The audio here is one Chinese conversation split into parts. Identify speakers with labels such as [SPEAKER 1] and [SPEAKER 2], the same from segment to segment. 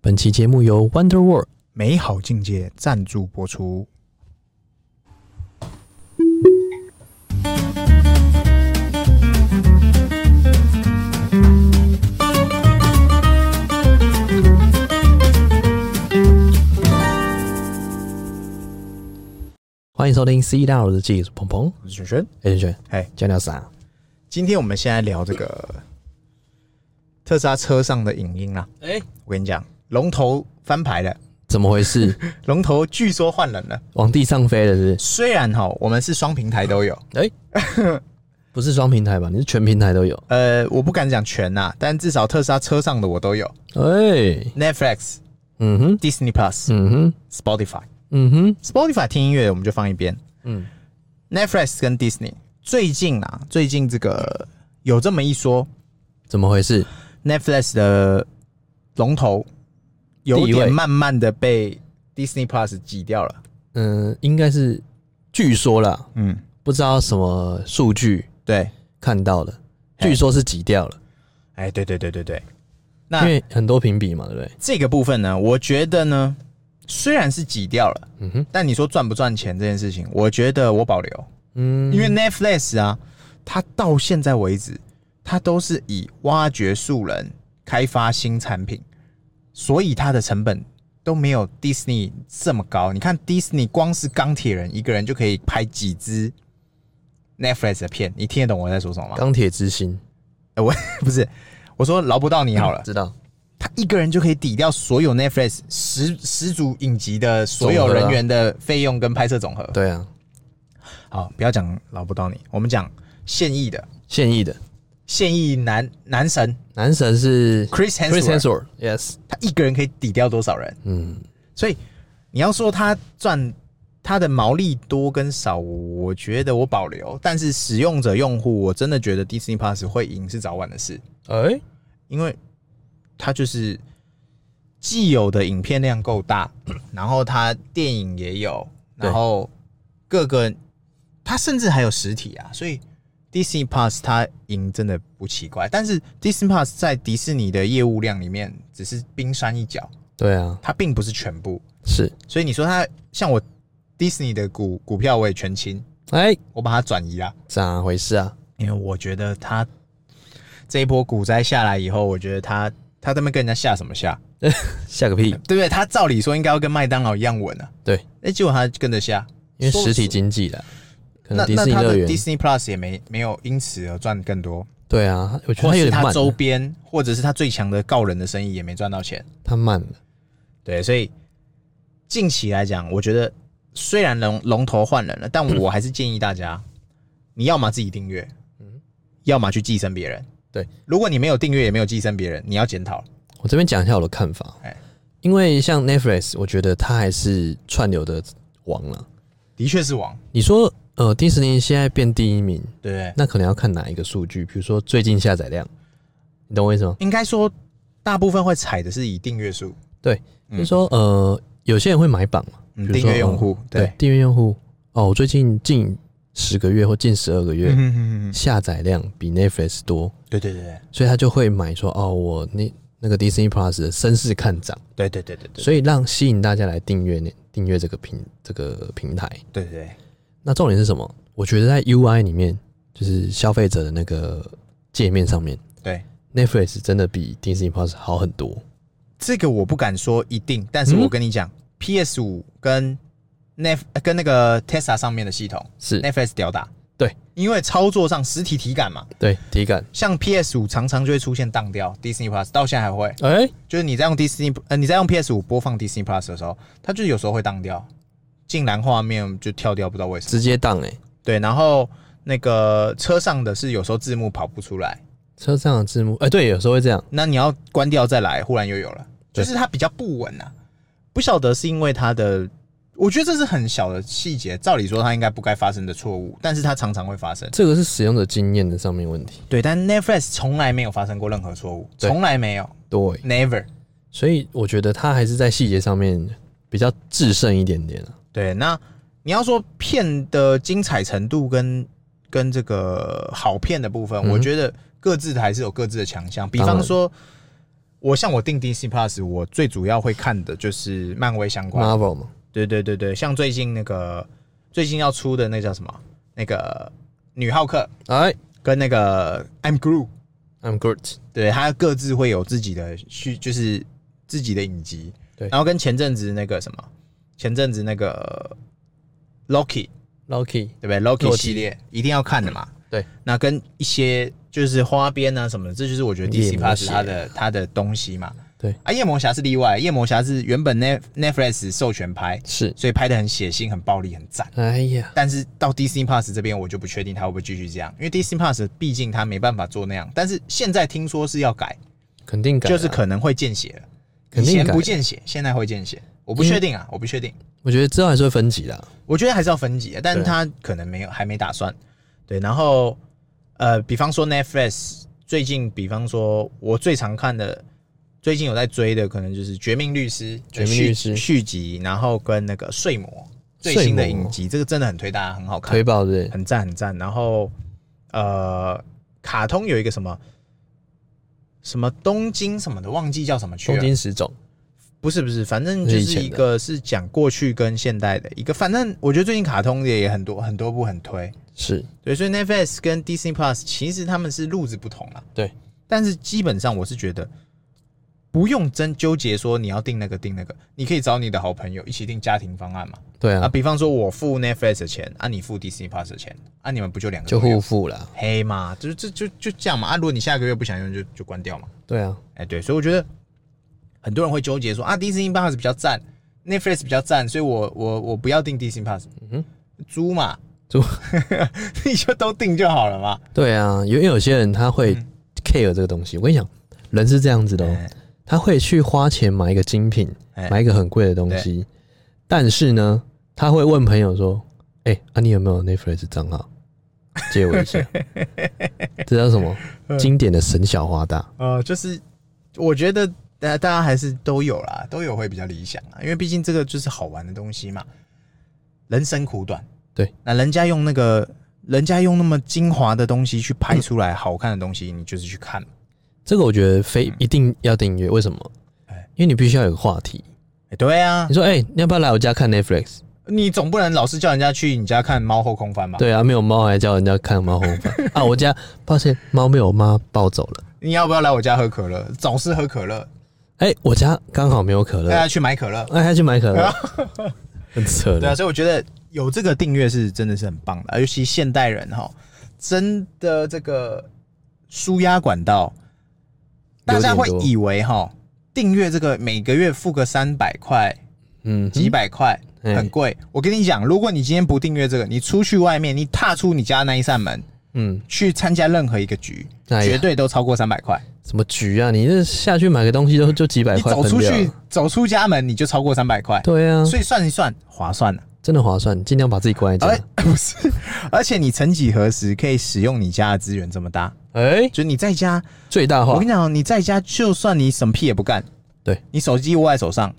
[SPEAKER 1] 本期节目由 Wonder World
[SPEAKER 2] 美好境界赞助播出。
[SPEAKER 1] 欢迎收听 C 大佬的记，我是鹏鹏。
[SPEAKER 2] 我是璇璇，
[SPEAKER 1] 哎，轩轩，
[SPEAKER 2] 哎，
[SPEAKER 1] 讲聊啥？
[SPEAKER 2] 今天我们现在聊这个特斯拉车上的影音啊。
[SPEAKER 1] 哎、
[SPEAKER 2] 我跟你讲，龙头翻牌了，
[SPEAKER 1] 怎么回 事？
[SPEAKER 2] 龙头据说换人了。
[SPEAKER 1] 往地上飞了是不是？
[SPEAKER 2] 虽然哈，我们是双平台都有，
[SPEAKER 1] 哎、不是双平台吧？你是全平台都有？
[SPEAKER 2] 呃，我不敢讲全呐、但至少特斯拉车上的我都有
[SPEAKER 1] 哎、
[SPEAKER 2] ，Netflix、
[SPEAKER 1] 嗯哼，
[SPEAKER 2] Disney Plus、
[SPEAKER 1] 嗯哼，
[SPEAKER 2] Spotify。
[SPEAKER 1] 嗯哼，
[SPEAKER 2] Spotify 听音乐我们就放一边
[SPEAKER 1] 嗯，
[SPEAKER 2] ，Netflix 跟 Disney 最近啊，最近这个有这么一说
[SPEAKER 1] 怎么回事？
[SPEAKER 2] ，Netflix 的龙头有
[SPEAKER 1] 地位
[SPEAKER 2] 点慢慢的被 Disney Plus 挤掉了。
[SPEAKER 1] 嗯、应该是据说啦，
[SPEAKER 2] 嗯，
[SPEAKER 1] 不知道什么数据
[SPEAKER 2] 对，
[SPEAKER 1] 看到的，
[SPEAKER 2] 嘿
[SPEAKER 1] 据说是挤掉了，
[SPEAKER 2] 哎，对对对对对。
[SPEAKER 1] 因
[SPEAKER 2] 那
[SPEAKER 1] 为很多评比嘛，对不对？
[SPEAKER 2] 这个部分呢，我觉得呢，虽然是挤掉了，
[SPEAKER 1] 嗯哼，
[SPEAKER 2] 但你说赚不赚钱这件事情，我觉得我保留，
[SPEAKER 1] 嗯，
[SPEAKER 2] 因为 Netflix 啊，它到现在为止，它都是以挖掘素人、开发新产品，所以它的成本都没有 Disney 这么高。你看 Disney 光是钢铁人一个人就可以拍几支 Netflix 的片，你听得懂我在说什 么吗？
[SPEAKER 1] 钢铁之心，
[SPEAKER 2] 不是，我说捞不到你好了，
[SPEAKER 1] 知道
[SPEAKER 2] 他一个人就可以抵掉所有 Netflix 十十组影集的所有人员的费用跟拍摄总和。
[SPEAKER 1] 对啊，
[SPEAKER 2] 好，不要讲捞不到你，我们讲现役的
[SPEAKER 1] 现役的
[SPEAKER 2] 现役男男神
[SPEAKER 1] 男神是
[SPEAKER 2] Chris
[SPEAKER 1] Chris
[SPEAKER 2] Hemsworth，
[SPEAKER 1] Hemsworth，yes，
[SPEAKER 2] 他一个人可以抵掉多少人？
[SPEAKER 1] 嗯，
[SPEAKER 2] 所以你要说他赚他的毛利多跟少，我觉得我保留，但是使用者用户，我真的觉得 Disney Plus 会赢是早晚的事，
[SPEAKER 1] 哎、
[SPEAKER 2] 因为它就是既有的影片量够大，然后它电影也有，
[SPEAKER 1] 对
[SPEAKER 2] 然后各个它甚至还有实体啊，所以 Disney Plus 它赢真的不奇怪。但是 Disney Plus 在迪士尼的业务量里面只是冰山一角，
[SPEAKER 1] 对啊，
[SPEAKER 2] 它并不是全部。
[SPEAKER 1] 是，
[SPEAKER 2] 所以你说它像我 Disney 的股股票我也全清，
[SPEAKER 1] 哎、
[SPEAKER 2] 我把它转移啦，
[SPEAKER 1] 咋回事啊？
[SPEAKER 2] 因为我觉得它这一波股灾下来以后，我觉得它它在那边跟人家下什么下？
[SPEAKER 1] 下个屁！
[SPEAKER 2] 对不对？他照理说应该要跟麦当劳一样稳啊，
[SPEAKER 1] 对，
[SPEAKER 2] 哎、结果他跟着下，
[SPEAKER 1] 因为
[SPEAKER 2] 说
[SPEAKER 1] 实体经济的，可
[SPEAKER 2] 那
[SPEAKER 1] 能迪
[SPEAKER 2] 那
[SPEAKER 1] 士尼
[SPEAKER 2] 他
[SPEAKER 1] 乐
[SPEAKER 2] 的
[SPEAKER 1] 园，
[SPEAKER 2] Disney Plus 也没没有因此而赚更多，
[SPEAKER 1] 对啊，我觉得
[SPEAKER 2] 或
[SPEAKER 1] 它有
[SPEAKER 2] 是
[SPEAKER 1] 点
[SPEAKER 2] 他
[SPEAKER 1] 慢
[SPEAKER 2] 周
[SPEAKER 1] 了，
[SPEAKER 2] 边或者是他最强的告人的生意也没赚到钱，
[SPEAKER 1] 它慢了，
[SPEAKER 2] 对，所以近期来讲，我觉得虽然龙龙头换人了，但我还是建议 大家，你要么自己订阅，
[SPEAKER 1] 嗯
[SPEAKER 2] 要么去寄生别人。
[SPEAKER 1] 对，
[SPEAKER 2] 如果你没有订阅也没有寄生别人，你要检讨。
[SPEAKER 1] 我这边讲一下我的看法
[SPEAKER 2] 哎，
[SPEAKER 1] 因为像 Netflix，我觉得它还是串流的王了。
[SPEAKER 2] 的确是王，
[SPEAKER 1] 你说，呃，迪士尼现在变第一名，
[SPEAKER 2] 对不对？
[SPEAKER 1] 那可能要看哪一个数据，比如说最近下载量，你懂我意思吗？
[SPEAKER 2] 应该说大部分会踩的是以订阅数，嗯
[SPEAKER 1] 就是说，呃，有些人会买榜嘛，
[SPEAKER 2] 嗯，
[SPEAKER 1] 比如
[SPEAKER 2] 订
[SPEAKER 1] 说
[SPEAKER 2] 阅用户，对
[SPEAKER 1] 对，，订阅用户。哦，我最近近十个月或近十二个月、
[SPEAKER 2] 嗯哼哼哼
[SPEAKER 1] 下载量比 Netflix 多，
[SPEAKER 2] 对对对对
[SPEAKER 1] 所以他就会买说哦，我那那个 Disney Plus 的声势看涨，
[SPEAKER 2] 对对对对对
[SPEAKER 1] 所以让吸引大家来订阅那订阅这个平这个平台。
[SPEAKER 2] 对对对，
[SPEAKER 1] 那重点是什么？我觉得在 UI 里面，就是消费者的那个界面上面，
[SPEAKER 2] 对
[SPEAKER 1] Netflix 真的比 Disney Plus 好很多。
[SPEAKER 2] 这个我不敢说一定，但是
[SPEAKER 1] 嗯
[SPEAKER 2] 我跟你讲，PS 五跟 Nef 呃跟那个 Tesla 上面的系统
[SPEAKER 1] 是
[SPEAKER 2] Netflix 吊打，
[SPEAKER 1] 对，
[SPEAKER 2] 因为操作上实体体感嘛，
[SPEAKER 1] 对体感，
[SPEAKER 2] 像 PS 五常常就会出现宕掉，Disney Plus 到现在还会，
[SPEAKER 1] 哎、
[SPEAKER 2] 就是你在用 Disney 呃你在用 PS 五播放 Disney Plus 的时候，它就有时候会宕掉，进蓝画面就跳掉，不知道为什么。
[SPEAKER 1] 直接档哎、
[SPEAKER 2] 对，然后那个车上的是有时候字幕跑不出来，
[SPEAKER 1] 车上的字幕哎、对，有时候会这样，
[SPEAKER 2] 那你要关掉再来，忽然又有了，就
[SPEAKER 1] 对
[SPEAKER 2] 是它比较不稳啊。不晓得是因为它的，我觉得这是很小的细节，照理说它应该不该发生的错误，但是它常常会发生。
[SPEAKER 1] 这个是使用者经验的上面问题。
[SPEAKER 2] 对，但 Netflix 从来没有发生过任何错误，
[SPEAKER 1] 对
[SPEAKER 2] 从来没有
[SPEAKER 1] 对，
[SPEAKER 2] ，never。
[SPEAKER 1] 所以我觉得他还是在细节上面比较制胜一点点啊。
[SPEAKER 2] 对，那你要说片的精彩程度跟跟这个好片的部分，
[SPEAKER 1] 嗯
[SPEAKER 2] 我觉得各自还是有各自的强项。比
[SPEAKER 1] 当
[SPEAKER 2] 方
[SPEAKER 1] 然
[SPEAKER 2] 说，我像我订 Disney Plus，我最主要会看的就是漫威相关。
[SPEAKER 1] Marvel 嘛，
[SPEAKER 2] 对对对对，像最近那个最近要出的那叫什么？那个女浩克
[SPEAKER 1] 哎
[SPEAKER 2] 跟那个 I'm Groot，
[SPEAKER 1] ，I'm Groot，
[SPEAKER 2] 对，它各自会有自己的续，就是自己的影集。
[SPEAKER 1] 对
[SPEAKER 2] 然后跟前阵子那个什么，前阵子那个 Loki，
[SPEAKER 1] Loki，
[SPEAKER 2] 对不对？Loki
[SPEAKER 1] 洛基
[SPEAKER 2] 系列一定要看的嘛。
[SPEAKER 1] 对，
[SPEAKER 2] 那跟一些就是花边啊什么的，这就是我觉得
[SPEAKER 1] 夜
[SPEAKER 2] DC
[SPEAKER 1] 魔
[SPEAKER 2] Plus
[SPEAKER 1] 侠
[SPEAKER 2] 它的它的东西嘛。
[SPEAKER 1] 对
[SPEAKER 2] 啊，夜魔侠是例外，夜魔侠是原本 Net Netflix 授权拍，
[SPEAKER 1] 是，
[SPEAKER 2] 所以拍的很血腥、很暴力、很赞。
[SPEAKER 1] 哎呀，
[SPEAKER 2] 但是到 Disney Plus 这边，我就不确定它会不会继续这样，因为 Disney Plus 毕竟它没办法做那样。但是现在听说是要改，
[SPEAKER 1] 肯定改啊，
[SPEAKER 2] 就是可能会见血了。
[SPEAKER 1] 肯
[SPEAKER 2] 以
[SPEAKER 1] 定
[SPEAKER 2] 前
[SPEAKER 1] 改啊
[SPEAKER 2] 不见血，现在会见血，我不确定啊，我不确定。
[SPEAKER 1] 我觉得之后还是会分级啦，
[SPEAKER 2] 我觉得还是要分级，但是
[SPEAKER 1] 对
[SPEAKER 2] 他可能没有还没打算。对，然后呃，比方说 Netflix 最近，比方说我最常看的，最近有在追的，可能就是《绝命律师》
[SPEAKER 1] 绝命律师
[SPEAKER 2] 续续集，然后跟那个《睡魔》最
[SPEAKER 1] 睡
[SPEAKER 2] 新的
[SPEAKER 1] 魔
[SPEAKER 2] 影集，这个真的很推大家，很好看
[SPEAKER 1] 推，爆对不对，
[SPEAKER 2] 很啊赞很赞。然后呃，卡通有一个什么什么东京什么的，忘记叫什么去
[SPEAKER 1] 东
[SPEAKER 2] 了。
[SPEAKER 1] 京十种，
[SPEAKER 2] 不是不是，反正
[SPEAKER 1] 是
[SPEAKER 2] 就
[SPEAKER 1] 以
[SPEAKER 2] 是
[SPEAKER 1] 前
[SPEAKER 2] 一
[SPEAKER 1] 的
[SPEAKER 2] 个是讲过去跟现代的一个，反正我觉得最近卡通的也很多很多部很推，
[SPEAKER 1] 是
[SPEAKER 2] 对，所以 Netflix 跟 Disney Plus 其实他们是路子不同啦，
[SPEAKER 1] 对，
[SPEAKER 2] 但是基本上我是觉得不用真纠结说你要订那个订那个，你可以找你的好朋友一起订家庭方案嘛，
[SPEAKER 1] 对
[SPEAKER 2] 啊，
[SPEAKER 1] 啊，
[SPEAKER 2] 比方说我付 Netflix 的钱，啊你付 Disney Plus 的钱，啊你们不就两个
[SPEAKER 1] 就
[SPEAKER 2] 都有
[SPEAKER 1] 互付啦，
[SPEAKER 2] 黑嘛，就是就就就这样嘛，啊如果你下个月不想用就就关掉嘛。
[SPEAKER 1] 对啊，
[SPEAKER 2] 哎、对，所以我觉得很多人会纠结说啊，Disney Plus 比较赞，Netflix 比较赞，所以我我我不要订 Disney Plus，
[SPEAKER 1] 嗯
[SPEAKER 2] 租嘛，
[SPEAKER 1] 租，
[SPEAKER 2] 你就都订就好了嘛。
[SPEAKER 1] 对啊，因为有些人他会
[SPEAKER 2] 嗯
[SPEAKER 1] care 这个东西，我跟你讲，人是这样子的哦
[SPEAKER 2] 哎，
[SPEAKER 1] 他会去花钱买一个精品，
[SPEAKER 2] 哎
[SPEAKER 1] 买一个很贵的东西，但是呢，他会问朋友说：“哎、啊，你有没有 Netflix 账号？借我一 下。”这叫什么？
[SPEAKER 2] 嗯
[SPEAKER 1] 经典的神小花大，
[SPEAKER 2] 呃，就是我觉得大家大家还是都有啦，都有会比较理想啊，因为毕竟这个就是好玩的东西嘛。人生苦短，
[SPEAKER 1] 对，
[SPEAKER 2] 那人家用那个，人家用那么精华的东西去拍出来好看的东西，你就是去看嘛。
[SPEAKER 1] 这个我觉得非一定要订阅。为什么
[SPEAKER 2] 嗯哎？
[SPEAKER 1] 因为你必须要有个话题。
[SPEAKER 2] 哎对啊
[SPEAKER 1] 你，说：“哎、你要不要来我家看 Netflix？”
[SPEAKER 2] 你总不能老是叫人家去你家看《猫后空翻》吧？
[SPEAKER 1] 对啊，没有猫还叫人家看猫红 番啊！我家抱歉，猫被我妈抱走了。
[SPEAKER 2] 你要不要来我家喝可乐？总是喝可乐，
[SPEAKER 1] 哎、我家刚好没有可乐，
[SPEAKER 2] 大
[SPEAKER 1] 哎、
[SPEAKER 2] 家去买可乐。
[SPEAKER 1] 他去买可 乐，很扯
[SPEAKER 2] 对啊，
[SPEAKER 1] 的。
[SPEAKER 2] 所以我觉得有这个订阅是真的是很棒的，尤其现代人哈，真的这个舒压管道，大家会
[SPEAKER 1] 有点多
[SPEAKER 2] 以为哈，订阅这个每个月付个三百块、
[SPEAKER 1] 嗯，
[SPEAKER 2] 几百块
[SPEAKER 1] 嗯
[SPEAKER 2] 很贵。我跟你讲，如果你今天不订阅这个，你出去外面，你踏出你家那一扇门
[SPEAKER 1] 嗯，
[SPEAKER 2] 去参加任何一个局，
[SPEAKER 1] 哎呀
[SPEAKER 2] 绝对都超过三百块。
[SPEAKER 1] 什么局啊？你这下去买个东西 都就几百
[SPEAKER 2] 你
[SPEAKER 1] 块，
[SPEAKER 2] 走
[SPEAKER 1] 分
[SPEAKER 2] 出
[SPEAKER 1] 掉
[SPEAKER 2] 去
[SPEAKER 1] 了，
[SPEAKER 2] 走出家门，你就超过三百块。
[SPEAKER 1] 对啊，
[SPEAKER 2] 所以算一算，划算了、
[SPEAKER 1] 真的划算，尽量把自己关在
[SPEAKER 2] 哎
[SPEAKER 1] 家。，
[SPEAKER 2] 不是，而且你曾几何时可以使用你家的资源这么大？
[SPEAKER 1] 哎、
[SPEAKER 2] 就是你在家，
[SPEAKER 1] 最大
[SPEAKER 2] 我
[SPEAKER 1] 化
[SPEAKER 2] 跟，你讲，你在家就算你什么屁也不干，
[SPEAKER 1] 对
[SPEAKER 2] 你手机握在手上，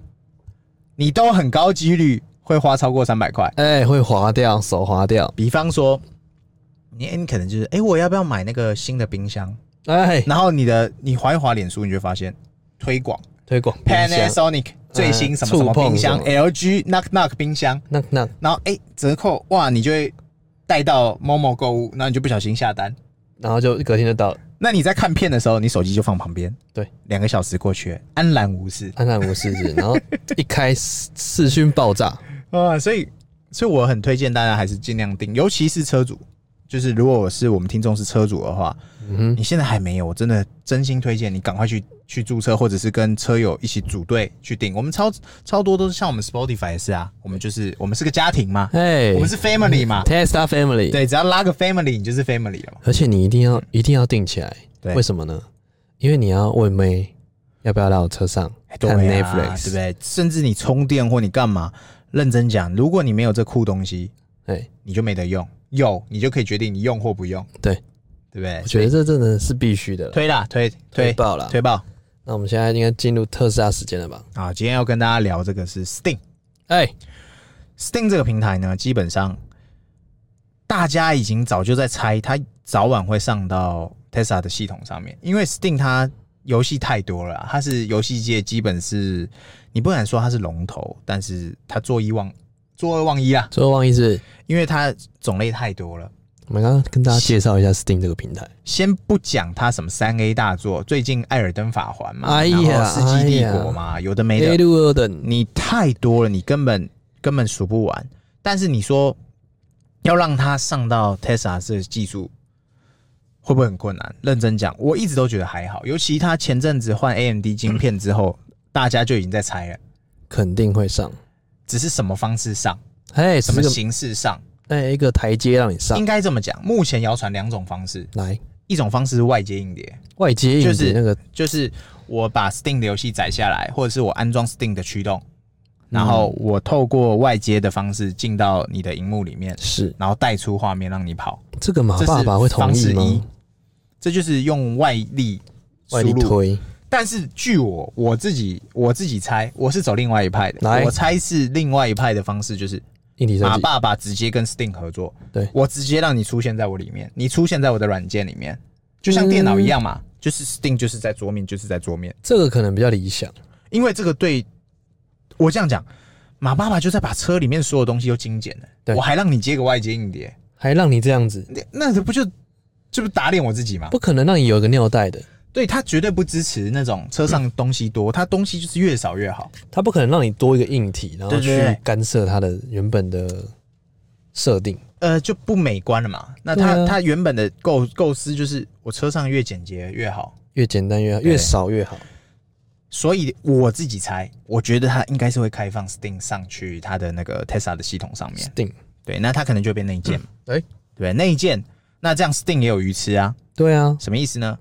[SPEAKER 2] 你都很高几率会花超过三百块。
[SPEAKER 1] 哎、会划掉，手划掉，
[SPEAKER 2] 比方说，你你可能就是，哎、我要不要买那个新的冰箱？
[SPEAKER 1] 哎、
[SPEAKER 2] 然后你的你划一划脸书，你就会发现推广
[SPEAKER 1] 推广冰箱，
[SPEAKER 2] Panasonic 最新什么什
[SPEAKER 1] 触
[SPEAKER 2] 么
[SPEAKER 1] 碰
[SPEAKER 2] 冰箱
[SPEAKER 1] 什么
[SPEAKER 2] ，LG Knock Knock 冰箱，
[SPEAKER 1] 那那
[SPEAKER 2] 然后哎、折扣哇，你就会带到 Momo 购物，然后你就不小心下单。
[SPEAKER 1] 然后就隔天就到了，
[SPEAKER 2] 那你在看片的时候，你手机就放旁边，
[SPEAKER 1] 对，
[SPEAKER 2] 两个小时过去，安然无事
[SPEAKER 1] 安然无事日，然 后一开视视讯爆炸，
[SPEAKER 2] 啊。所以，所以我很推荐大家还是尽量订，尤其是车主，就是如果我是我们听众是车主的话，
[SPEAKER 1] 嗯哼，
[SPEAKER 2] 你现在还没有，我真的真心推荐你赶快去去注册，或者是跟车友一起组队去订。我们超超多都是像我们 Spotify 也是啊，我们就是我们是个家庭嘛，
[SPEAKER 1] 哎、
[SPEAKER 2] 我们是 family 嘛，
[SPEAKER 1] Tesla Family，
[SPEAKER 2] 对，只要拉个 family，你就是 family 了嘛。
[SPEAKER 1] 而且你一定要一定要定起来，
[SPEAKER 2] 对
[SPEAKER 1] 为什么呢？因为你要问妹要不要来我车上
[SPEAKER 2] 对
[SPEAKER 1] 看
[SPEAKER 2] 啊
[SPEAKER 1] Netflix，
[SPEAKER 2] 对不对？甚至你充电或你干嘛，认真讲，如果你没有这酷东西，
[SPEAKER 1] 哎，
[SPEAKER 2] 你就没得用；有，你就可以决定你用或不用，
[SPEAKER 1] 对，
[SPEAKER 2] 对不对
[SPEAKER 1] 我？觉得这真的是必须的了。
[SPEAKER 2] 推啦，推
[SPEAKER 1] 推
[SPEAKER 2] 推
[SPEAKER 1] 爆了
[SPEAKER 2] 推爆
[SPEAKER 1] 那我们现在应该进入特斯拉时间了吧？
[SPEAKER 2] 啊！今天要跟大家聊这个是 Steam。
[SPEAKER 1] 哎、
[SPEAKER 2] Steam 这个平台呢，基本上大家已经早就在猜，它早晚会上到 Tesla 的系统上面，因为 Steam 它游戏太多了啊，它是游戏界基本是你不敢说它是龙头，但是它做一忘做二忘一啊，
[SPEAKER 1] 最后忘记是，
[SPEAKER 2] 因为它种类太多了。
[SPEAKER 1] 我们刚刚跟大家介绍一下 Steam 这个平台。
[SPEAKER 2] 先不讲它什么三 A 大作，最近《艾尔登法环》嘛，
[SPEAKER 1] 哎呀哎
[SPEAKER 2] 然后《世纪帝国》嘛，有的没的，
[SPEAKER 1] A 路二等，
[SPEAKER 2] 你太多了，你根本根本数不完。但是你说要让它上到 Tesla 这个技术，会不会很困难？认真讲，我一直都觉得还好。尤其他前阵子换 AMD 晶片之后，大家就已经在猜了，
[SPEAKER 1] 肯定会上。
[SPEAKER 2] 只是什么方式上，
[SPEAKER 1] 哎，
[SPEAKER 2] 什
[SPEAKER 1] 什
[SPEAKER 2] 么
[SPEAKER 1] 么
[SPEAKER 2] 形式上，
[SPEAKER 1] 哎一个台阶让你上
[SPEAKER 2] 应该这么讲。目前谣传两种方式，
[SPEAKER 1] 来，
[SPEAKER 2] 一种方式是外接硬碟，
[SPEAKER 1] 外接硬
[SPEAKER 2] 就是
[SPEAKER 1] 碟那个
[SPEAKER 2] 就是我把 Steam 的游戏载下来，或者是我安装 Steam 的驱动，然后我透过外接的方式进到你的荧幕里面，
[SPEAKER 1] 是
[SPEAKER 2] 然后带出画面让你跑。
[SPEAKER 1] 这个马
[SPEAKER 2] 这
[SPEAKER 1] 啊爸
[SPEAKER 2] 是
[SPEAKER 1] 爸会同
[SPEAKER 2] 方
[SPEAKER 1] 意
[SPEAKER 2] 式一
[SPEAKER 1] 吗？，
[SPEAKER 2] 这就是用外力输
[SPEAKER 1] 外力
[SPEAKER 2] 入。
[SPEAKER 1] 推，
[SPEAKER 2] 但是据我我自己我自己猜，我是走另外一派
[SPEAKER 1] 来
[SPEAKER 2] 的。我猜是另外一派的方式，就是
[SPEAKER 1] 硬体设
[SPEAKER 2] 马
[SPEAKER 1] 计，
[SPEAKER 2] 爸爸直接跟 Steam 合作，
[SPEAKER 1] 对
[SPEAKER 2] 我直接让你出现在我里面，你出现在我的软件里面，就像电脑一样
[SPEAKER 1] 嗯
[SPEAKER 2] 嘛，就是 Steam 就是在桌面，就是在桌面。
[SPEAKER 1] 这个可能比较理想。
[SPEAKER 2] 因为这个对我这样讲，马爸爸就在把车里面所有东西都精简
[SPEAKER 1] 对
[SPEAKER 2] 了，我还让你接个外接硬碟，
[SPEAKER 1] 还让你这样子，
[SPEAKER 2] 那那这不就这不打脸我自己吗？
[SPEAKER 1] 不可能让你有一个尿袋的，
[SPEAKER 2] 对他绝对不支持那种车上东西多，他东西就是越少越好。
[SPEAKER 1] 他不可能让你多一个硬体，然后
[SPEAKER 2] 对
[SPEAKER 1] 去
[SPEAKER 2] 对对
[SPEAKER 1] 干涉他的原本的设定。
[SPEAKER 2] 呃，就不美观了嘛。那他、
[SPEAKER 1] 对啊
[SPEAKER 2] 他原本的构构思就是，我车上越简洁越好。
[SPEAKER 1] 越简单越好，
[SPEAKER 2] 对
[SPEAKER 1] 越少越好。
[SPEAKER 2] 所以我自己猜，我觉得他应该是会开放 Steam 上去他的那个 Tesla 的系统上面。
[SPEAKER 1] Steam，
[SPEAKER 2] 对，那他可能就会变内建嘛。
[SPEAKER 1] 哎
[SPEAKER 2] 对，内建。那这样 Steam 也有鱼吃啊？
[SPEAKER 1] 对啊，
[SPEAKER 2] 什么意思呢？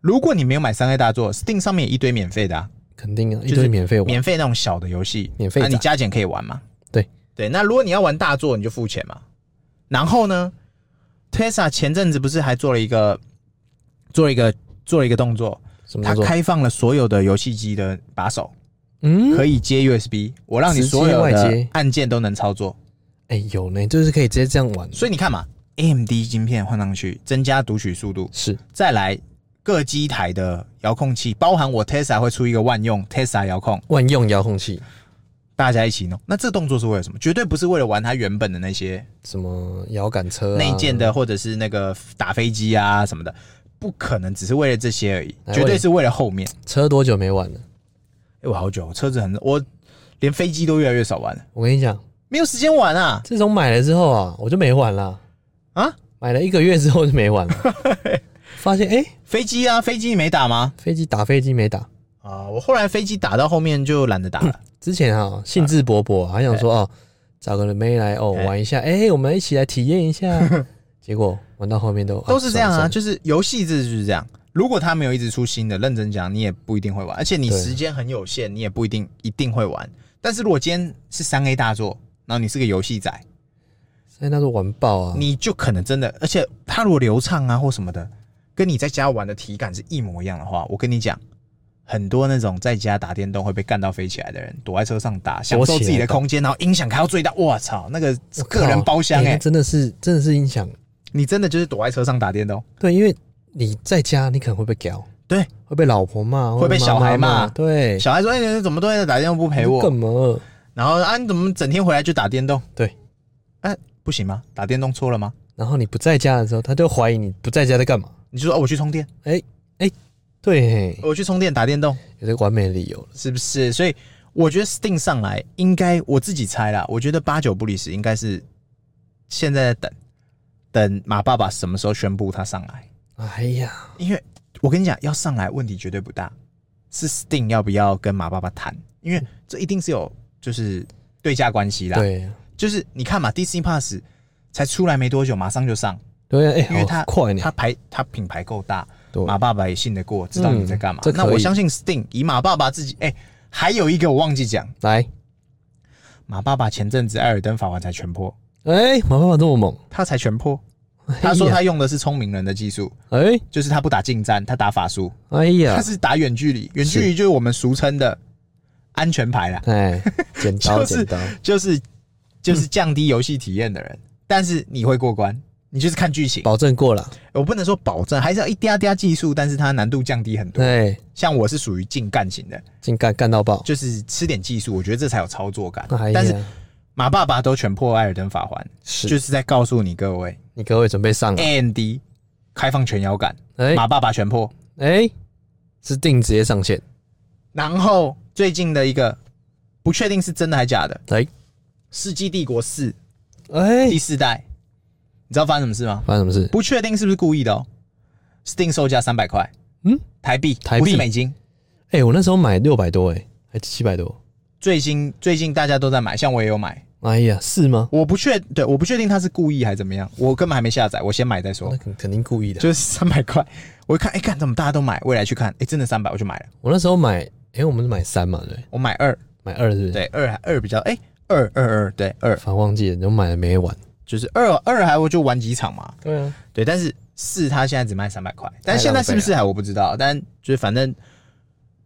[SPEAKER 2] 如果你没有买三 A 大作，Steam 上面有一堆免费的、啊，
[SPEAKER 1] 肯定啊，
[SPEAKER 2] 是
[SPEAKER 1] 一堆免费玩，
[SPEAKER 2] 免费那种小的游戏，
[SPEAKER 1] 免费
[SPEAKER 2] 那、
[SPEAKER 1] 仔
[SPEAKER 2] 你加减可以玩嘛？
[SPEAKER 1] 对
[SPEAKER 2] 对，那如果你要玩大作，你就付钱嘛。然后呢，Tesla 前阵子不是还做了一个做了一个做了一个动作，
[SPEAKER 1] 什么
[SPEAKER 2] 它
[SPEAKER 1] 叫做
[SPEAKER 2] 开放了所有的游戏机的把手
[SPEAKER 1] 嗯，
[SPEAKER 2] 可以接 USB，我让你
[SPEAKER 1] 直接
[SPEAKER 2] 所有
[SPEAKER 1] 外
[SPEAKER 2] 的
[SPEAKER 1] 接
[SPEAKER 2] 按键都能操作。
[SPEAKER 1] 哎有呢，就是可以直接这样玩，
[SPEAKER 2] 所以你看嘛，AMD 晶片换上去，增加读取速度，
[SPEAKER 1] 是
[SPEAKER 2] 再来各机台的遥控器，包含我 Tesla 会出一个万用 Tesla 遥控，
[SPEAKER 1] 万用遥控器，
[SPEAKER 2] 大家一起弄。那这动作是为了什么？绝对不是为了玩它原本的那些
[SPEAKER 1] 什么遥感车啊
[SPEAKER 2] 内建的，或者是那个打飞机啊什么的，不可能只是为了这些而已，
[SPEAKER 1] 哎
[SPEAKER 2] 绝对是为了后面。
[SPEAKER 1] 车多久没玩了？
[SPEAKER 2] 哎、我好久，我车子很，我连飞机都越来越少玩了，
[SPEAKER 1] 我跟你讲，
[SPEAKER 2] 没有时间玩啊
[SPEAKER 1] 自从买了之后啊，我就没玩了，
[SPEAKER 2] 啊！
[SPEAKER 1] 买了一个月之后就没 玩了，发现哎、
[SPEAKER 2] 飞机啊，飞机你没打吗？
[SPEAKER 1] 飞机打飞机没打，
[SPEAKER 2] 啊、我后来飞机打到后面就懒得打了。
[SPEAKER 1] 之前啊兴致勃勃、啊，还想说哦找个妹来哦
[SPEAKER 2] 哎
[SPEAKER 1] 玩一下，哎、我们一起来体验一 下，结果玩到后面都
[SPEAKER 2] 都是这样啊，
[SPEAKER 1] 算了
[SPEAKER 2] 就是游戏制就是这样。如果他没有一直出新的，认真讲，你也不一定会玩，而且你
[SPEAKER 1] 对
[SPEAKER 2] 时间很有限，你也不一定一定会玩。但是如果今天是三 A 大作，然后你是个游戏仔，
[SPEAKER 1] 算了现在那是玩爆啊，
[SPEAKER 2] 你就可能真的，而且它如果流畅啊或什么的，跟你在家玩的体感是一模一样的话，我跟你讲，很多那种在家打电动会被干到飞起来的人，躲在车上打，享受自己的空间，然后音响开到最大，我操，那个
[SPEAKER 1] 我靠
[SPEAKER 2] 个人包厢
[SPEAKER 1] 欸
[SPEAKER 2] 哎、
[SPEAKER 1] 那真的是真的是音响。
[SPEAKER 2] 你真的就是躲在车上打电动。
[SPEAKER 1] 对，因为你在家，你可能会被屌，
[SPEAKER 2] 对，
[SPEAKER 1] 会被老婆骂，
[SPEAKER 2] 会被
[SPEAKER 1] 妈妈
[SPEAKER 2] 小孩
[SPEAKER 1] 骂，
[SPEAKER 2] 骂
[SPEAKER 1] 对，
[SPEAKER 2] 小孩说：“哎、你怎么都在打电动不陪我？”
[SPEAKER 1] 干嘛？
[SPEAKER 2] 然后啊，你怎么整天回来就打电动？
[SPEAKER 1] 对，
[SPEAKER 2] 哎、不行吗？打电动错了吗？
[SPEAKER 1] 然后你不在家的时候，他就怀疑你不在家在干嘛。
[SPEAKER 2] 你就说哦，我去充电，
[SPEAKER 1] 对，
[SPEAKER 2] 我去充电打电动，
[SPEAKER 1] 有这个完美的理由了。
[SPEAKER 2] 是不是？所以我觉得 Steam 上来应该我自己猜啦，我觉得八九不离十，应该是现在在等，等马爸爸什么时候宣布他上来，
[SPEAKER 1] 哎呀，
[SPEAKER 2] 因为我跟你讲，要上来问题绝对不大，是 Steam 要不要跟马爸爸谈，因为这一定是有就是对价关系啦。，
[SPEAKER 1] 对
[SPEAKER 2] 就是你看嘛，Disney Plus 才出来没多久，马上就上。
[SPEAKER 1] 对啊，哎、
[SPEAKER 2] 因为
[SPEAKER 1] 好
[SPEAKER 2] 它
[SPEAKER 1] 快呢，
[SPEAKER 2] 它牌它品牌够大，
[SPEAKER 1] 对
[SPEAKER 2] 马爸爸也信得过，知道你在干嘛
[SPEAKER 1] 嗯。这可以
[SPEAKER 2] 那我相信 Sting 以马爸爸自己，哎、还有一个我忘记讲，
[SPEAKER 1] 来，
[SPEAKER 2] 马爸爸前阵子《艾尔登法环》才全破，
[SPEAKER 1] 哎、马爸爸这么猛，
[SPEAKER 2] 他才全破。他说
[SPEAKER 1] 哎呀
[SPEAKER 2] 他用的是聪明人的技术，
[SPEAKER 1] 哎
[SPEAKER 2] 就是他不打近战，他打法术，
[SPEAKER 1] 哎
[SPEAKER 2] 他
[SPEAKER 1] 呀，
[SPEAKER 2] 是打远距离，远距离就是我们俗称的安全牌啦，
[SPEAKER 1] 哎，剪刀
[SPEAKER 2] 就是
[SPEAKER 1] 剪刀，
[SPEAKER 2] 就是就是降低游戏体验的人，但是你会过关，你就是看剧情。
[SPEAKER 1] 保证过了。
[SPEAKER 2] 我不能说保证，还是要一嗲嗲技术，但是它难度降低很多。
[SPEAKER 1] 对，
[SPEAKER 2] 像我是属于近干型的，
[SPEAKER 1] 竟哎干干到爆，
[SPEAKER 2] 就是吃点技术，我觉得这才有操作感。
[SPEAKER 1] 那还
[SPEAKER 2] 但是
[SPEAKER 1] 哎呀
[SPEAKER 2] 马爸爸都全破艾尔登法环，
[SPEAKER 1] 是，
[SPEAKER 2] 就是在告诉你各位
[SPEAKER 1] 你各位准备上了。
[SPEAKER 2] ，AMD 开放全摇杆，
[SPEAKER 1] 哎
[SPEAKER 2] 马爸爸全破。
[SPEAKER 1] 哎，是定直接上线。
[SPEAKER 2] 然后最近的一个不确定是真的还假的，《
[SPEAKER 1] 来，
[SPEAKER 2] 世纪帝国四》
[SPEAKER 1] 哎
[SPEAKER 2] 第，四代，你知道发生什么事吗？
[SPEAKER 1] 发生什么事？
[SPEAKER 2] 不确定是不是故意的哦。Steam 售价三百块，
[SPEAKER 1] 嗯，
[SPEAKER 2] 台币，
[SPEAKER 1] 台币
[SPEAKER 2] 不是美金。
[SPEAKER 1] 哎，我那时候买六百多，哎，还七百多。
[SPEAKER 2] 最近最近大家都在买，像我也有买，
[SPEAKER 1] 哎呀，是吗？
[SPEAKER 2] 我不确对，我不确定他是故意还是怎么样，我根本还没下载，我先买再说
[SPEAKER 1] 那。肯肯定故意的。
[SPEAKER 2] 就是三百块，我一看，哎、看怎么大家都买，未来去看，哎、真的三百，我就买了，
[SPEAKER 1] 我那时候买，哎，我们是买三嘛，对不对，
[SPEAKER 2] 我买二，
[SPEAKER 1] 买二是不是？，
[SPEAKER 2] 对，二还二比较，哎、二二二，对，二
[SPEAKER 1] 反正忘记了，我买了没玩。
[SPEAKER 2] 就是二二还我就玩几场嘛，
[SPEAKER 1] 对啊，
[SPEAKER 2] 对，但是四它现在只卖三百块，但
[SPEAKER 1] 太
[SPEAKER 2] 现在
[SPEAKER 1] 浪费
[SPEAKER 2] 是不是还我不知道，但就是反正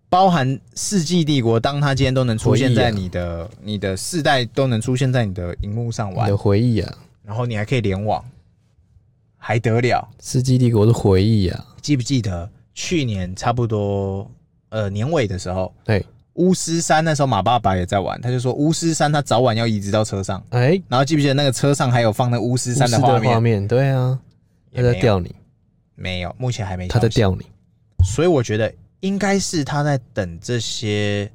[SPEAKER 2] 包含《世纪帝国》，当它今天都能出现
[SPEAKER 1] 回忆
[SPEAKER 2] 在
[SPEAKER 1] 啊
[SPEAKER 2] 你的、你的世代都能出现在你的荧幕上
[SPEAKER 1] 你
[SPEAKER 2] 玩
[SPEAKER 1] 的，回忆啊，
[SPEAKER 2] 然后你还可以联网，还得了？
[SPEAKER 1] 《世纪帝国》的回忆啊，
[SPEAKER 2] 记不记得去年差不多呃年尾的时候，
[SPEAKER 1] 对，
[SPEAKER 2] 巫师三那时候马爸爸也在玩，他就说巫师三他早晚要移植到车上，
[SPEAKER 1] 哎，
[SPEAKER 2] 然后记不记得那个车上还有放那巫师
[SPEAKER 1] 巫
[SPEAKER 2] 三
[SPEAKER 1] 师
[SPEAKER 2] 的
[SPEAKER 1] 的
[SPEAKER 2] 画面？
[SPEAKER 1] 画面，对啊，
[SPEAKER 2] 也
[SPEAKER 1] 他
[SPEAKER 2] 没有
[SPEAKER 1] 在吊你，
[SPEAKER 2] 没有，目前还没消
[SPEAKER 1] 他
[SPEAKER 2] 息。
[SPEAKER 1] 在吊你，
[SPEAKER 2] 所以我觉得应该是他在等这些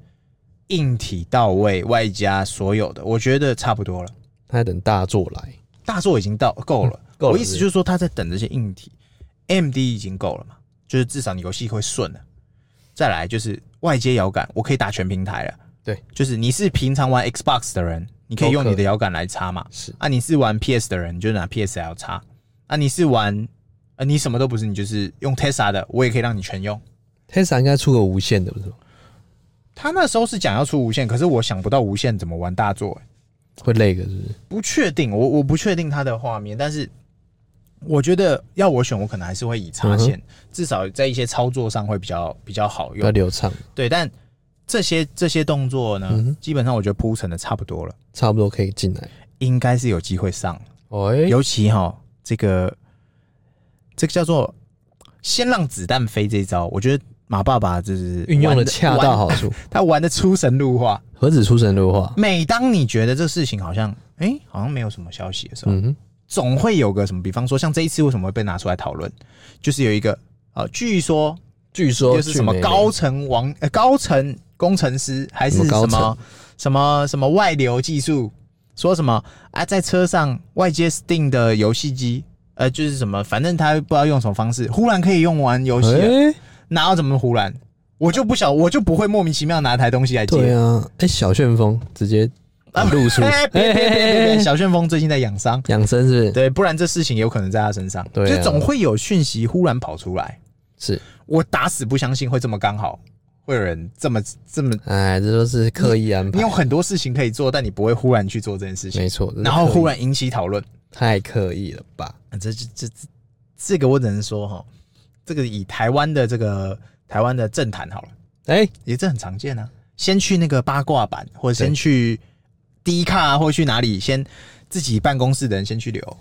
[SPEAKER 2] 硬体到位，外加所有的，我觉得差不多了，
[SPEAKER 1] 他在等大作来。
[SPEAKER 2] 大作已经到够了。
[SPEAKER 1] 嗯够了
[SPEAKER 2] 我意思就是说他在等这些硬体，MD 已经够了嘛，就是至少你游戏会顺了。再来就是外接摇杆，我可以打全平台了。
[SPEAKER 1] 对，
[SPEAKER 2] 就是你是平常玩 Xbox 的人，你可以用
[SPEAKER 1] 都可以
[SPEAKER 2] 你的摇杆来插嘛。
[SPEAKER 1] 是
[SPEAKER 2] 啊，你是玩 PS 的人，你就拿 PSL 插。啊，你是玩啊，你什么都不是，你就是用 Tesla 的，我也可以让你全用。
[SPEAKER 1] Tesla 应该出个无线的，不是吗？
[SPEAKER 2] 他那时候是讲要出无线，可是我想不到无线怎么玩大作、欸
[SPEAKER 1] 会累个是不是？
[SPEAKER 2] 不确定，我我不确定他的画面，但是我觉得要我选，我可能还是会以插线，
[SPEAKER 1] 嗯
[SPEAKER 2] 至少在一些操作上会比较比较好
[SPEAKER 1] 比较
[SPEAKER 2] 用。
[SPEAKER 1] 流畅，
[SPEAKER 2] 对，但这些这些动作呢，
[SPEAKER 1] 嗯哼
[SPEAKER 2] 基本上我觉得铺陈的差不多了，
[SPEAKER 1] 差不多可以进来。
[SPEAKER 2] 应该是有机会上，
[SPEAKER 1] 哎，
[SPEAKER 2] 尤其哈这个这个叫做先让子弹飞这一招，我觉得马爸爸就是
[SPEAKER 1] 运用
[SPEAKER 2] 玩
[SPEAKER 1] 的
[SPEAKER 2] 得
[SPEAKER 1] 恰到
[SPEAKER 2] 玩
[SPEAKER 1] 好处，
[SPEAKER 2] 他玩的出神入化。
[SPEAKER 1] 何止出神入 化？
[SPEAKER 2] 每当你觉得这事情好像，哎、好像没有什么消息的时候，
[SPEAKER 1] 嗯哼，
[SPEAKER 2] 总会有个什么，比方说像这一次为什么会被拿出来讨论，就是有一个呃，据说
[SPEAKER 1] 据说
[SPEAKER 2] 又是什么
[SPEAKER 1] 去美
[SPEAKER 2] 高层王、呃、高层工程师还是
[SPEAKER 1] 什么高
[SPEAKER 2] 什么
[SPEAKER 1] 层
[SPEAKER 2] 什么什么外流技术，说什么啊，在车上外接 Steam 的游戏机，呃，就是什么，反正他不知道用什么方式，忽然可以用完游戏
[SPEAKER 1] 国
[SPEAKER 2] 了，
[SPEAKER 1] 哎，
[SPEAKER 2] 哪有怎么忽然？我就不晓，我就不会莫名其妙拿台东西来接
[SPEAKER 1] 对。啊，哎，小旋风直接
[SPEAKER 2] 啊
[SPEAKER 1] 露出，
[SPEAKER 2] 哎，别别别别
[SPEAKER 1] 哎哎 哎
[SPEAKER 2] 别！小旋风最近在养伤，
[SPEAKER 1] 养生是不是？
[SPEAKER 2] 对，不然这事情也有可能在他身上。
[SPEAKER 1] 对啊
[SPEAKER 2] 就总会有讯息忽然跑出来，
[SPEAKER 1] 是，
[SPEAKER 2] 我打死不相信会这么刚好，会有人这么这么。
[SPEAKER 1] 哎，这都是刻意安
[SPEAKER 2] 你
[SPEAKER 1] 排
[SPEAKER 2] 有，很多事情可以做，但你不会忽然去做这件事情
[SPEAKER 1] 没，错。这是
[SPEAKER 2] 然后
[SPEAKER 1] 刻意
[SPEAKER 2] 忽然引起讨论。
[SPEAKER 1] 太刻意了吧？
[SPEAKER 2] 啊这这这这这个我只能说哈，这个以台湾的这个台湾的政坛好了，
[SPEAKER 1] 哎，
[SPEAKER 2] 也这很常见啊。先去那个八卦版，或者先去 D 卡、啊，或者去哪里，先自己办公室的人先去留。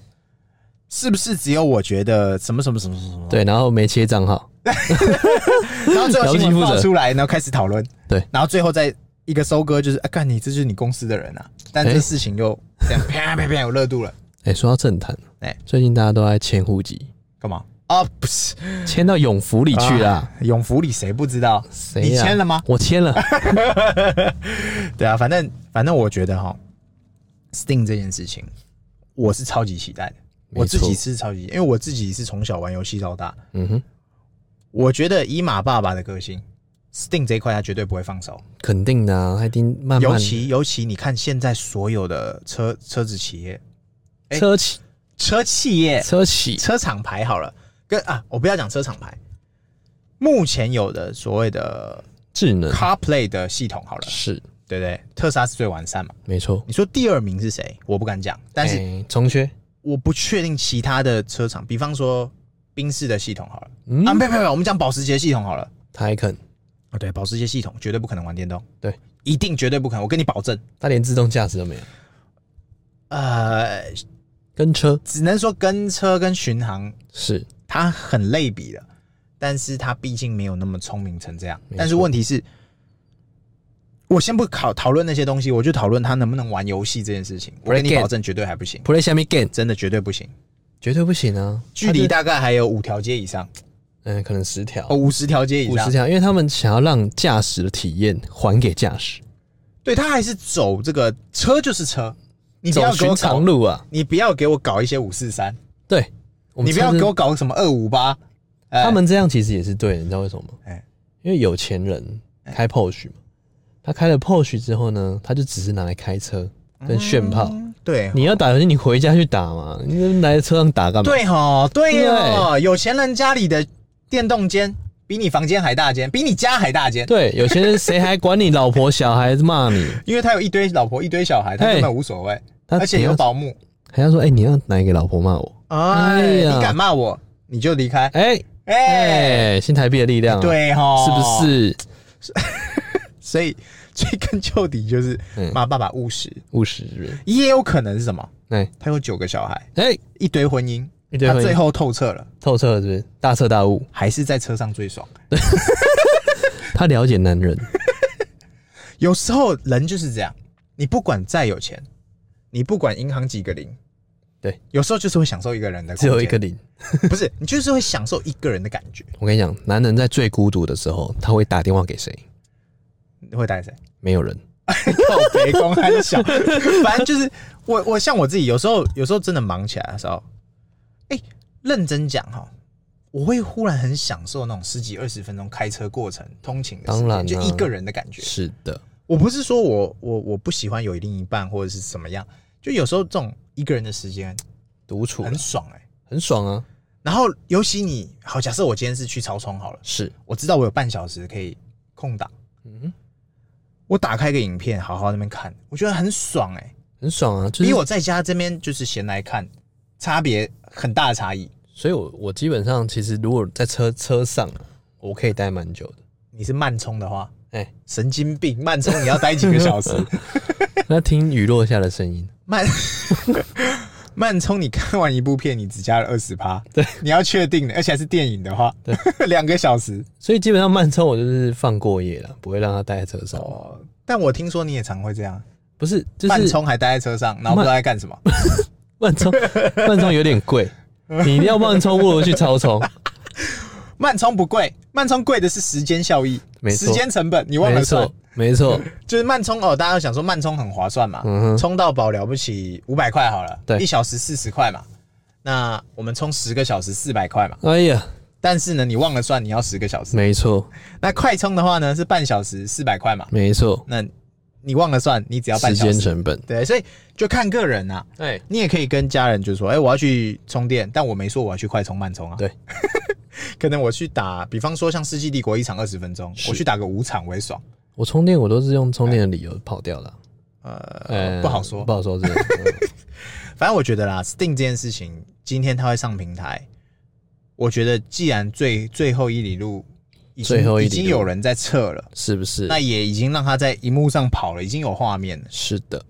[SPEAKER 2] 是不是只有我觉得什么什么什么什么什么？
[SPEAKER 1] 对，然后没切账号，
[SPEAKER 2] 然后最后新
[SPEAKER 1] 劳
[SPEAKER 2] 闻
[SPEAKER 1] 基负
[SPEAKER 2] 爆
[SPEAKER 1] 责
[SPEAKER 2] 出来，然后开始讨论，
[SPEAKER 1] 对，
[SPEAKER 2] 然后最后再一个收割，就是啊，干你这就是你公司的人啊，但这
[SPEAKER 1] 哎
[SPEAKER 2] 事情又这样啪啪啪有热度了，
[SPEAKER 1] 哎，说到政坛，
[SPEAKER 2] 哎
[SPEAKER 1] 哎，最近大家都在迁户籍，
[SPEAKER 2] 干嘛？啊，不是
[SPEAKER 1] 迁到永福里 去啦。，
[SPEAKER 2] 永福里谁不知道？
[SPEAKER 1] 谁呀
[SPEAKER 2] 啊你签了吗？
[SPEAKER 1] 我签了，
[SPEAKER 2] 对啊，反正反正我觉得哈，Sting 这件事情，我是超级期待的，
[SPEAKER 1] 没
[SPEAKER 2] 我自
[SPEAKER 1] 错
[SPEAKER 2] 己是超级，因为我自己是从小玩游戏到大，
[SPEAKER 1] 嗯哼，
[SPEAKER 2] 我觉得以马爸爸的个性，Sting 这一块他绝对不会放手。
[SPEAKER 1] 肯定的啊，他一定慢
[SPEAKER 2] 尤
[SPEAKER 1] 慢
[SPEAKER 2] 其尤其你看现在所有的车车子企业、哎
[SPEAKER 1] 车企
[SPEAKER 2] 车企业、
[SPEAKER 1] 车企
[SPEAKER 2] 车厂牌好了，跟啊，我不要讲车厂牌，目前有的所谓的
[SPEAKER 1] 智能
[SPEAKER 2] CarPlay 的系统好了，
[SPEAKER 1] 是
[SPEAKER 2] 对不对？特斯拉是最完善嘛？
[SPEAKER 1] 没错，
[SPEAKER 2] 你说第二名是谁？我不敢讲，但是
[SPEAKER 1] 哎重缺，
[SPEAKER 2] 我不确定其他的车厂，比方说宾士的系统好了，
[SPEAKER 1] 嗯
[SPEAKER 2] 啊，没有没有没有，我们讲保时捷系统好了。
[SPEAKER 1] 他还肯，
[SPEAKER 2] 啊，对，保时捷系统绝对不可能玩电动，
[SPEAKER 1] 对，
[SPEAKER 2] 一定绝对不可能，我跟你保证。
[SPEAKER 1] 他连自动驾驶都没有。
[SPEAKER 2] 呃，
[SPEAKER 1] 跟车
[SPEAKER 2] 只能说跟车跟巡航
[SPEAKER 1] 是
[SPEAKER 2] 它很类比的，但是它毕竟没有那么聪明成这样
[SPEAKER 1] 没。错
[SPEAKER 2] 但是问题是，我先不考讨论那些东西，我就讨论它能不能玩游戏这件事情。我跟
[SPEAKER 1] Play
[SPEAKER 2] 你
[SPEAKER 1] game
[SPEAKER 2] 保证，绝对还不行，
[SPEAKER 1] play 下面 game
[SPEAKER 2] 真的绝对不行。
[SPEAKER 1] 绝对不行啊，
[SPEAKER 2] 距离
[SPEAKER 1] 它就
[SPEAKER 2] 大概还有五条街以上，
[SPEAKER 1] 嗯、可能十条
[SPEAKER 2] 哦，五十条街以
[SPEAKER 1] 五
[SPEAKER 2] 上
[SPEAKER 1] 十。条，因为他们想要让驾驶的体验还给驾驶，
[SPEAKER 2] 对，它还是走这个车就是车，你不
[SPEAKER 1] 走
[SPEAKER 2] 要给
[SPEAKER 1] 寻
[SPEAKER 2] 我
[SPEAKER 1] 常
[SPEAKER 2] 搞，
[SPEAKER 1] 路啊，
[SPEAKER 2] 你不要给我搞一些五四三，
[SPEAKER 1] 对，我们
[SPEAKER 2] 你不要
[SPEAKER 1] 上次
[SPEAKER 2] 给我搞什么二五八。哎
[SPEAKER 1] 他们这样其实也是对的，你知道为什么吗？
[SPEAKER 2] 哎
[SPEAKER 1] 因为有钱人开 Porsche 嘛，他开了 Porsche 之后呢，他就只是拿来开车跟炫炮。
[SPEAKER 2] 嗯对
[SPEAKER 1] 你要打游戏，你回家去打嘛，你就来车上打干嘛？
[SPEAKER 2] 对哈，对哦，有钱人家里的电动间比你房间还大间，比你家还大间，
[SPEAKER 1] 对，有钱人 谁还管你老婆小孩子骂你？
[SPEAKER 2] 因为他有一堆老婆一堆小孩，他
[SPEAKER 1] 嘿
[SPEAKER 2] 根本无所谓，
[SPEAKER 1] 他
[SPEAKER 2] 而且有保姆。
[SPEAKER 1] 还要说，哎、你要哪一个老婆骂我？
[SPEAKER 2] 哎，
[SPEAKER 1] 呀
[SPEAKER 2] 你敢骂我，你就离开。
[SPEAKER 1] 哎、
[SPEAKER 2] 哎，
[SPEAKER 1] 哎、新台币的力量、啊，，
[SPEAKER 2] 对哈，
[SPEAKER 1] 是不？是
[SPEAKER 2] 所以追根究底就是
[SPEAKER 1] 嗯
[SPEAKER 2] 骂爸爸务实，
[SPEAKER 1] 务实人？
[SPEAKER 2] 也有可能是什么？
[SPEAKER 1] 哎、
[SPEAKER 2] 他有九个小孩，
[SPEAKER 1] 哎、
[SPEAKER 2] 一堆婚姻，
[SPEAKER 1] 一堆
[SPEAKER 2] 他
[SPEAKER 1] 婚姻
[SPEAKER 2] 最后透彻了，
[SPEAKER 1] 透彻是不是？大彻大悟，
[SPEAKER 2] 还是在车上最爽。
[SPEAKER 1] 他了解男人，
[SPEAKER 2] 有时候人就是这样，你不管再有钱，你不管银行几个零，
[SPEAKER 1] 对，
[SPEAKER 2] 有时候就是会享受一个人的空
[SPEAKER 1] 只
[SPEAKER 2] 间，
[SPEAKER 1] 有一个零。
[SPEAKER 2] 不是你就是会享受一个人的感觉。
[SPEAKER 1] 我跟你讲，男人在最孤独的时候，他会打电话给谁？
[SPEAKER 2] 你会 带谁？
[SPEAKER 1] 没有人。
[SPEAKER 2] 靠北公很小，反正就是我我像我自己，有时候有时候真的忙起来的时候，哎、认真讲哈，我会忽然很享受那种十几二十分钟开车过程通勤的时
[SPEAKER 1] 当然啊
[SPEAKER 2] 间，就一个人的感觉。
[SPEAKER 1] 是的，
[SPEAKER 2] 我不是说我我我不喜欢有另一半或者是怎么样，就有时候这种一个人的时间
[SPEAKER 1] 独处啦
[SPEAKER 2] 很爽哎、
[SPEAKER 1] 很爽啊。
[SPEAKER 2] 然后尤其你好，假设我今天是去超充好了，
[SPEAKER 1] 是，
[SPEAKER 2] 我知道我有半小时可以空档，
[SPEAKER 1] 嗯，
[SPEAKER 2] 我打开个影片，好好那边看，我觉得很爽哎、
[SPEAKER 1] 很爽啊。就
[SPEAKER 2] 比
[SPEAKER 1] 是，
[SPEAKER 2] 我在家这边就是闲来看，差别很大的差异。
[SPEAKER 1] 所以我我基本上其实如果在车车上啊，我可以待蛮久 的。
[SPEAKER 2] 你是慢充的话，
[SPEAKER 1] 哎、
[SPEAKER 2] 神经病，慢充你要待几个 小时？
[SPEAKER 1] 那听雨落下的声音，
[SPEAKER 2] 慢慢充，你看完一部片，你只加了二十趴，对，你要确定的，而且还是电影的话， 两个小时。
[SPEAKER 1] 所以基本上慢车我就是放过夜了，不会让他待在车上。
[SPEAKER 2] 哦，但我听说你也常会这样，
[SPEAKER 1] 不是，就是
[SPEAKER 2] 慢充还待在车上，然后不知道在干什么。
[SPEAKER 1] 慢充，慢充有点贵，你要慢充不如去超充。
[SPEAKER 2] 慢充不贵，慢充贵的是时间效益，
[SPEAKER 1] 没错
[SPEAKER 2] 时间成本 你忘
[SPEAKER 1] 没
[SPEAKER 2] 了算
[SPEAKER 1] 错。，没错，
[SPEAKER 2] 就是慢充哦，大家都想说慢充很划算嘛，
[SPEAKER 1] 嗯哼
[SPEAKER 2] 充到饱了不起五百块好了，
[SPEAKER 1] 对
[SPEAKER 2] 一小时四十块嘛。那我们充十个小时四百块嘛，
[SPEAKER 1] 哎呀，
[SPEAKER 2] 但是呢，你忘了算你要十个小时。
[SPEAKER 1] 没错，
[SPEAKER 2] 那快充的话呢是半小时四百块嘛，
[SPEAKER 1] 没错，
[SPEAKER 2] 那你忘了算，你只要半
[SPEAKER 1] 时
[SPEAKER 2] 小
[SPEAKER 1] 间
[SPEAKER 2] 时。
[SPEAKER 1] 成本。
[SPEAKER 2] 对，所以就看个人啊，
[SPEAKER 1] 哎，
[SPEAKER 2] 你也可以跟家人就说，哎、我要去充电，但我没说我要去快充慢充啊。
[SPEAKER 1] 对，
[SPEAKER 2] 可能我去打，比方说像《世纪帝国》一场二十分钟，
[SPEAKER 1] 是
[SPEAKER 2] 我去打个五场我也爽。
[SPEAKER 1] 我充电我都是用充电的理由跑掉了。
[SPEAKER 2] 呃
[SPEAKER 1] 呃，，
[SPEAKER 2] 不好说
[SPEAKER 1] 不，好说 这个。嗯
[SPEAKER 2] 反正我觉得啦，Steam 这件事情，今天它会上平台，我觉得既然最最后一里路已经
[SPEAKER 1] 最后一里
[SPEAKER 2] 已
[SPEAKER 1] 路
[SPEAKER 2] 经有人在测了，
[SPEAKER 1] 是不是
[SPEAKER 2] 那？也已经让它在荧幕上跑了，已经有画面了，
[SPEAKER 1] 是的，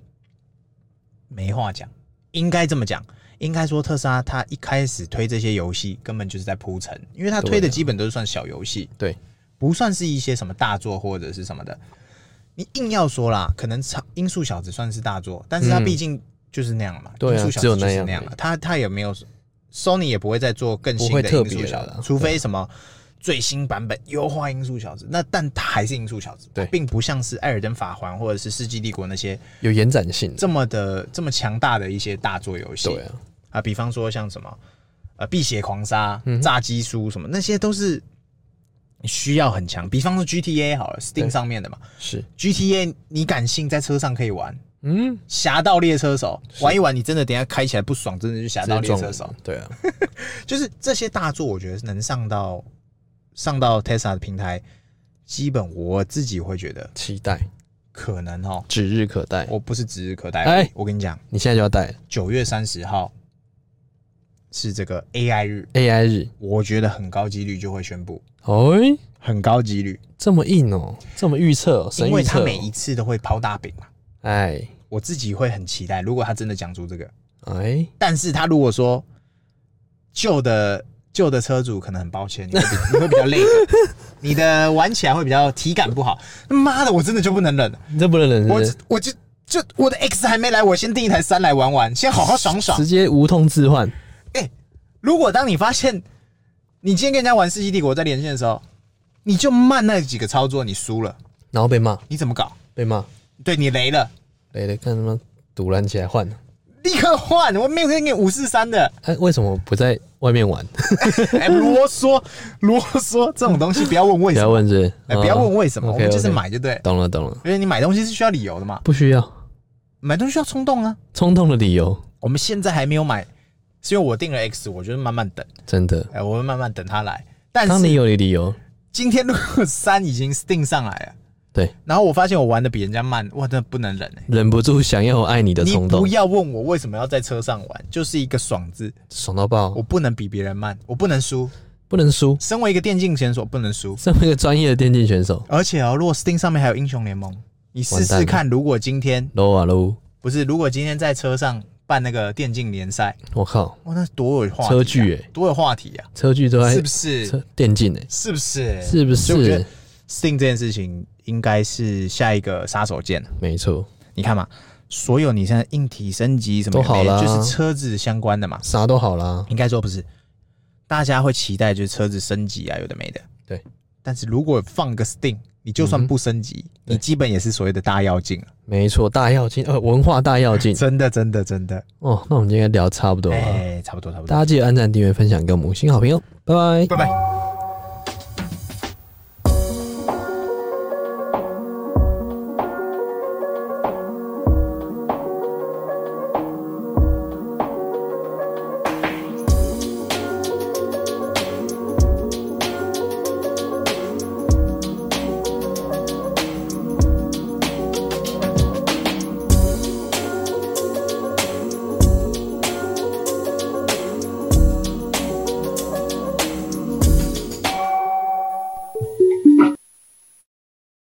[SPEAKER 2] 没话讲，应该这么讲。应该说，特斯拉它一开始推这些游戏根本就是在铺陈，因为它推
[SPEAKER 1] 啊
[SPEAKER 2] 的基本都是算小游戏，
[SPEAKER 1] 对，
[SPEAKER 2] 不算是一些什么大作或者是什么的。你硬要说啦，可能长《音速小子》算是大作，但是它
[SPEAKER 1] 嗯
[SPEAKER 2] 毕竟就是那样嘛，
[SPEAKER 1] 对啊
[SPEAKER 2] 音速小子
[SPEAKER 1] 只有那
[SPEAKER 2] 就是
[SPEAKER 1] 样
[SPEAKER 2] 那样
[SPEAKER 1] 而
[SPEAKER 2] 了
[SPEAKER 1] 已。
[SPEAKER 2] 它它也没有，Sony 也不会再做更新
[SPEAKER 1] 不会
[SPEAKER 2] 的
[SPEAKER 1] 特
[SPEAKER 2] 《
[SPEAKER 1] 别啊
[SPEAKER 2] 音速小
[SPEAKER 1] 了
[SPEAKER 2] 子
[SPEAKER 1] 啦》，
[SPEAKER 2] 除非什么最新版本优化《音速小子》，那但它还是《音速小子》，
[SPEAKER 1] 对
[SPEAKER 2] 它并不像是《艾尔登法环》或者是《世纪帝国》那些
[SPEAKER 1] 有延展性的。
[SPEAKER 2] 这么的这么强大的一些大作游戏。
[SPEAKER 1] 对啊，
[SPEAKER 2] 啊，比方说像什么呃《碧血狂杀》
[SPEAKER 1] 嗯
[SPEAKER 2] 炸鸡书什么，那些都是需要很强。比方说 GTA 好了
[SPEAKER 1] 对
[SPEAKER 2] ，Steam 上面的嘛
[SPEAKER 1] 是，
[SPEAKER 2] ，GTA 你敢信在车上可以玩《
[SPEAKER 1] 嗯，
[SPEAKER 2] 侠盗猎车手》，玩一玩你真的等一下开起来不爽，真的就《侠
[SPEAKER 1] 直
[SPEAKER 2] 盗
[SPEAKER 1] 接
[SPEAKER 2] 猎
[SPEAKER 1] 撞
[SPEAKER 2] 车
[SPEAKER 1] 人
[SPEAKER 2] 手》。
[SPEAKER 1] 对啊，
[SPEAKER 2] 就是这些大作，我觉得能上到上到 Tesla 的平台，基本我自己会觉得
[SPEAKER 1] 期待，
[SPEAKER 2] 可能哦。
[SPEAKER 1] 指日可待。
[SPEAKER 2] 我不是指日可待，
[SPEAKER 1] 哎
[SPEAKER 2] 我跟你讲，
[SPEAKER 1] 你现在就要带了
[SPEAKER 2] 九月三十号是这个 AI 日，
[SPEAKER 1] AI 日，
[SPEAKER 2] 我觉得很高几率就会宣布，
[SPEAKER 1] 哎，
[SPEAKER 2] 很高几率，
[SPEAKER 1] 这么硬哦，这么预测哦，神
[SPEAKER 2] 因
[SPEAKER 1] 预
[SPEAKER 2] 为他
[SPEAKER 1] 测哦。
[SPEAKER 2] 每一次都会抛大饼嘛。
[SPEAKER 1] 哎，
[SPEAKER 2] 我自己会很期待，如果他真的讲出这个，
[SPEAKER 1] 哎，
[SPEAKER 2] 但是他如果说旧的旧的车主可能很抱歉，你会 比你会比较累的，你的玩起来会比较体感不好。妈的，我真的就不能忍了，
[SPEAKER 1] 你这不能忍
[SPEAKER 2] 我
[SPEAKER 1] 是
[SPEAKER 2] 我就就我的 X 还没来，我先订一台三来玩玩，先好好爽
[SPEAKER 1] 不是，
[SPEAKER 2] 爽
[SPEAKER 1] 直。接无痛置换，
[SPEAKER 2] 如果当你发现你今天跟人家玩《世纪帝国》在连线的时候，你就慢那几个操作，你输了，
[SPEAKER 1] 然后被骂，
[SPEAKER 2] 你怎么搞？
[SPEAKER 1] 被骂，
[SPEAKER 2] 对你雷了，
[SPEAKER 1] 雷雷看他妈堵拦起来换了。
[SPEAKER 2] 立刻换！啊我没有给你五四三的，
[SPEAKER 1] 哎、为什么不在外面玩？
[SPEAKER 2] 哎、啰嗦啰嗦，这种东西不要问
[SPEAKER 1] 不
[SPEAKER 2] 为什
[SPEAKER 1] 要
[SPEAKER 2] 么，
[SPEAKER 1] 问这，
[SPEAKER 2] 哎、不要问为什么，
[SPEAKER 1] o
[SPEAKER 2] 我
[SPEAKER 1] k
[SPEAKER 2] 们就是买就对了。
[SPEAKER 1] 懂了懂了，
[SPEAKER 2] 因为你买东西是需要理由的嘛，
[SPEAKER 1] 不需要
[SPEAKER 2] 买东西需要冲动啊。
[SPEAKER 1] 冲动的理由，
[SPEAKER 2] 我们现在还没有买，是因为我定了 X，我就是慢慢等，
[SPEAKER 1] 真的。
[SPEAKER 2] 哎，我会慢慢等它来。但
[SPEAKER 1] 当你
[SPEAKER 2] 是
[SPEAKER 1] 有理由，
[SPEAKER 2] 今天如果三已经定上来了，
[SPEAKER 1] 对，
[SPEAKER 2] 然后我发现我玩的比人家慢，哇，真的不能忍哎、
[SPEAKER 1] 忍不住想要我爱你的
[SPEAKER 2] 你
[SPEAKER 1] 冲
[SPEAKER 2] 不
[SPEAKER 1] 动，
[SPEAKER 2] 要问我为什么要在车上玩，就是一个爽字。
[SPEAKER 1] 爽到爆
[SPEAKER 2] 我，不能比别人慢，我不能输。
[SPEAKER 1] 不能输。
[SPEAKER 2] 身为一个电竞选手，不能输。
[SPEAKER 1] 身为一个专业的电竞选手
[SPEAKER 2] 而且哦，如果 Steam 上面还有英雄联盟，你试
[SPEAKER 1] 完蛋
[SPEAKER 2] 试
[SPEAKER 1] 了
[SPEAKER 2] 看。如果今天
[SPEAKER 1] ，low 啊 low，
[SPEAKER 2] 不是，如果今天在车上办那个电竞联赛，
[SPEAKER 1] 我靠，
[SPEAKER 2] 哇，那多有话题、啊，
[SPEAKER 1] 车距哎
[SPEAKER 2] 多有话题啊！
[SPEAKER 1] 车距都在
[SPEAKER 2] 是不是？
[SPEAKER 1] 车电竞哎、
[SPEAKER 2] 是不是？
[SPEAKER 1] 是不
[SPEAKER 2] 所以我觉得
[SPEAKER 1] 是？
[SPEAKER 2] Sting 这件事情应该是下一个杀手锏。
[SPEAKER 1] 没错，
[SPEAKER 2] 你看嘛，所有你现在硬体升级什么
[SPEAKER 1] 都好啦
[SPEAKER 2] 就是车子相关的嘛。
[SPEAKER 1] 啥都好啦，
[SPEAKER 2] 应该说不是，大家会期待就是车子升级啊，有的没的。
[SPEAKER 1] 对，
[SPEAKER 2] 但是如果放个 Sting，你就算不升级，你基本也是所谓的大妖精了。
[SPEAKER 1] 没错，大跃进呃文化大跃进
[SPEAKER 2] 真的，真的，真的。
[SPEAKER 1] 哦。那我们今天聊得差不多了，
[SPEAKER 2] 哎，差不多，差不多
[SPEAKER 1] 大。家记得按赞、订阅、分享给我们五星好评哦，拜拜。
[SPEAKER 2] 拜拜。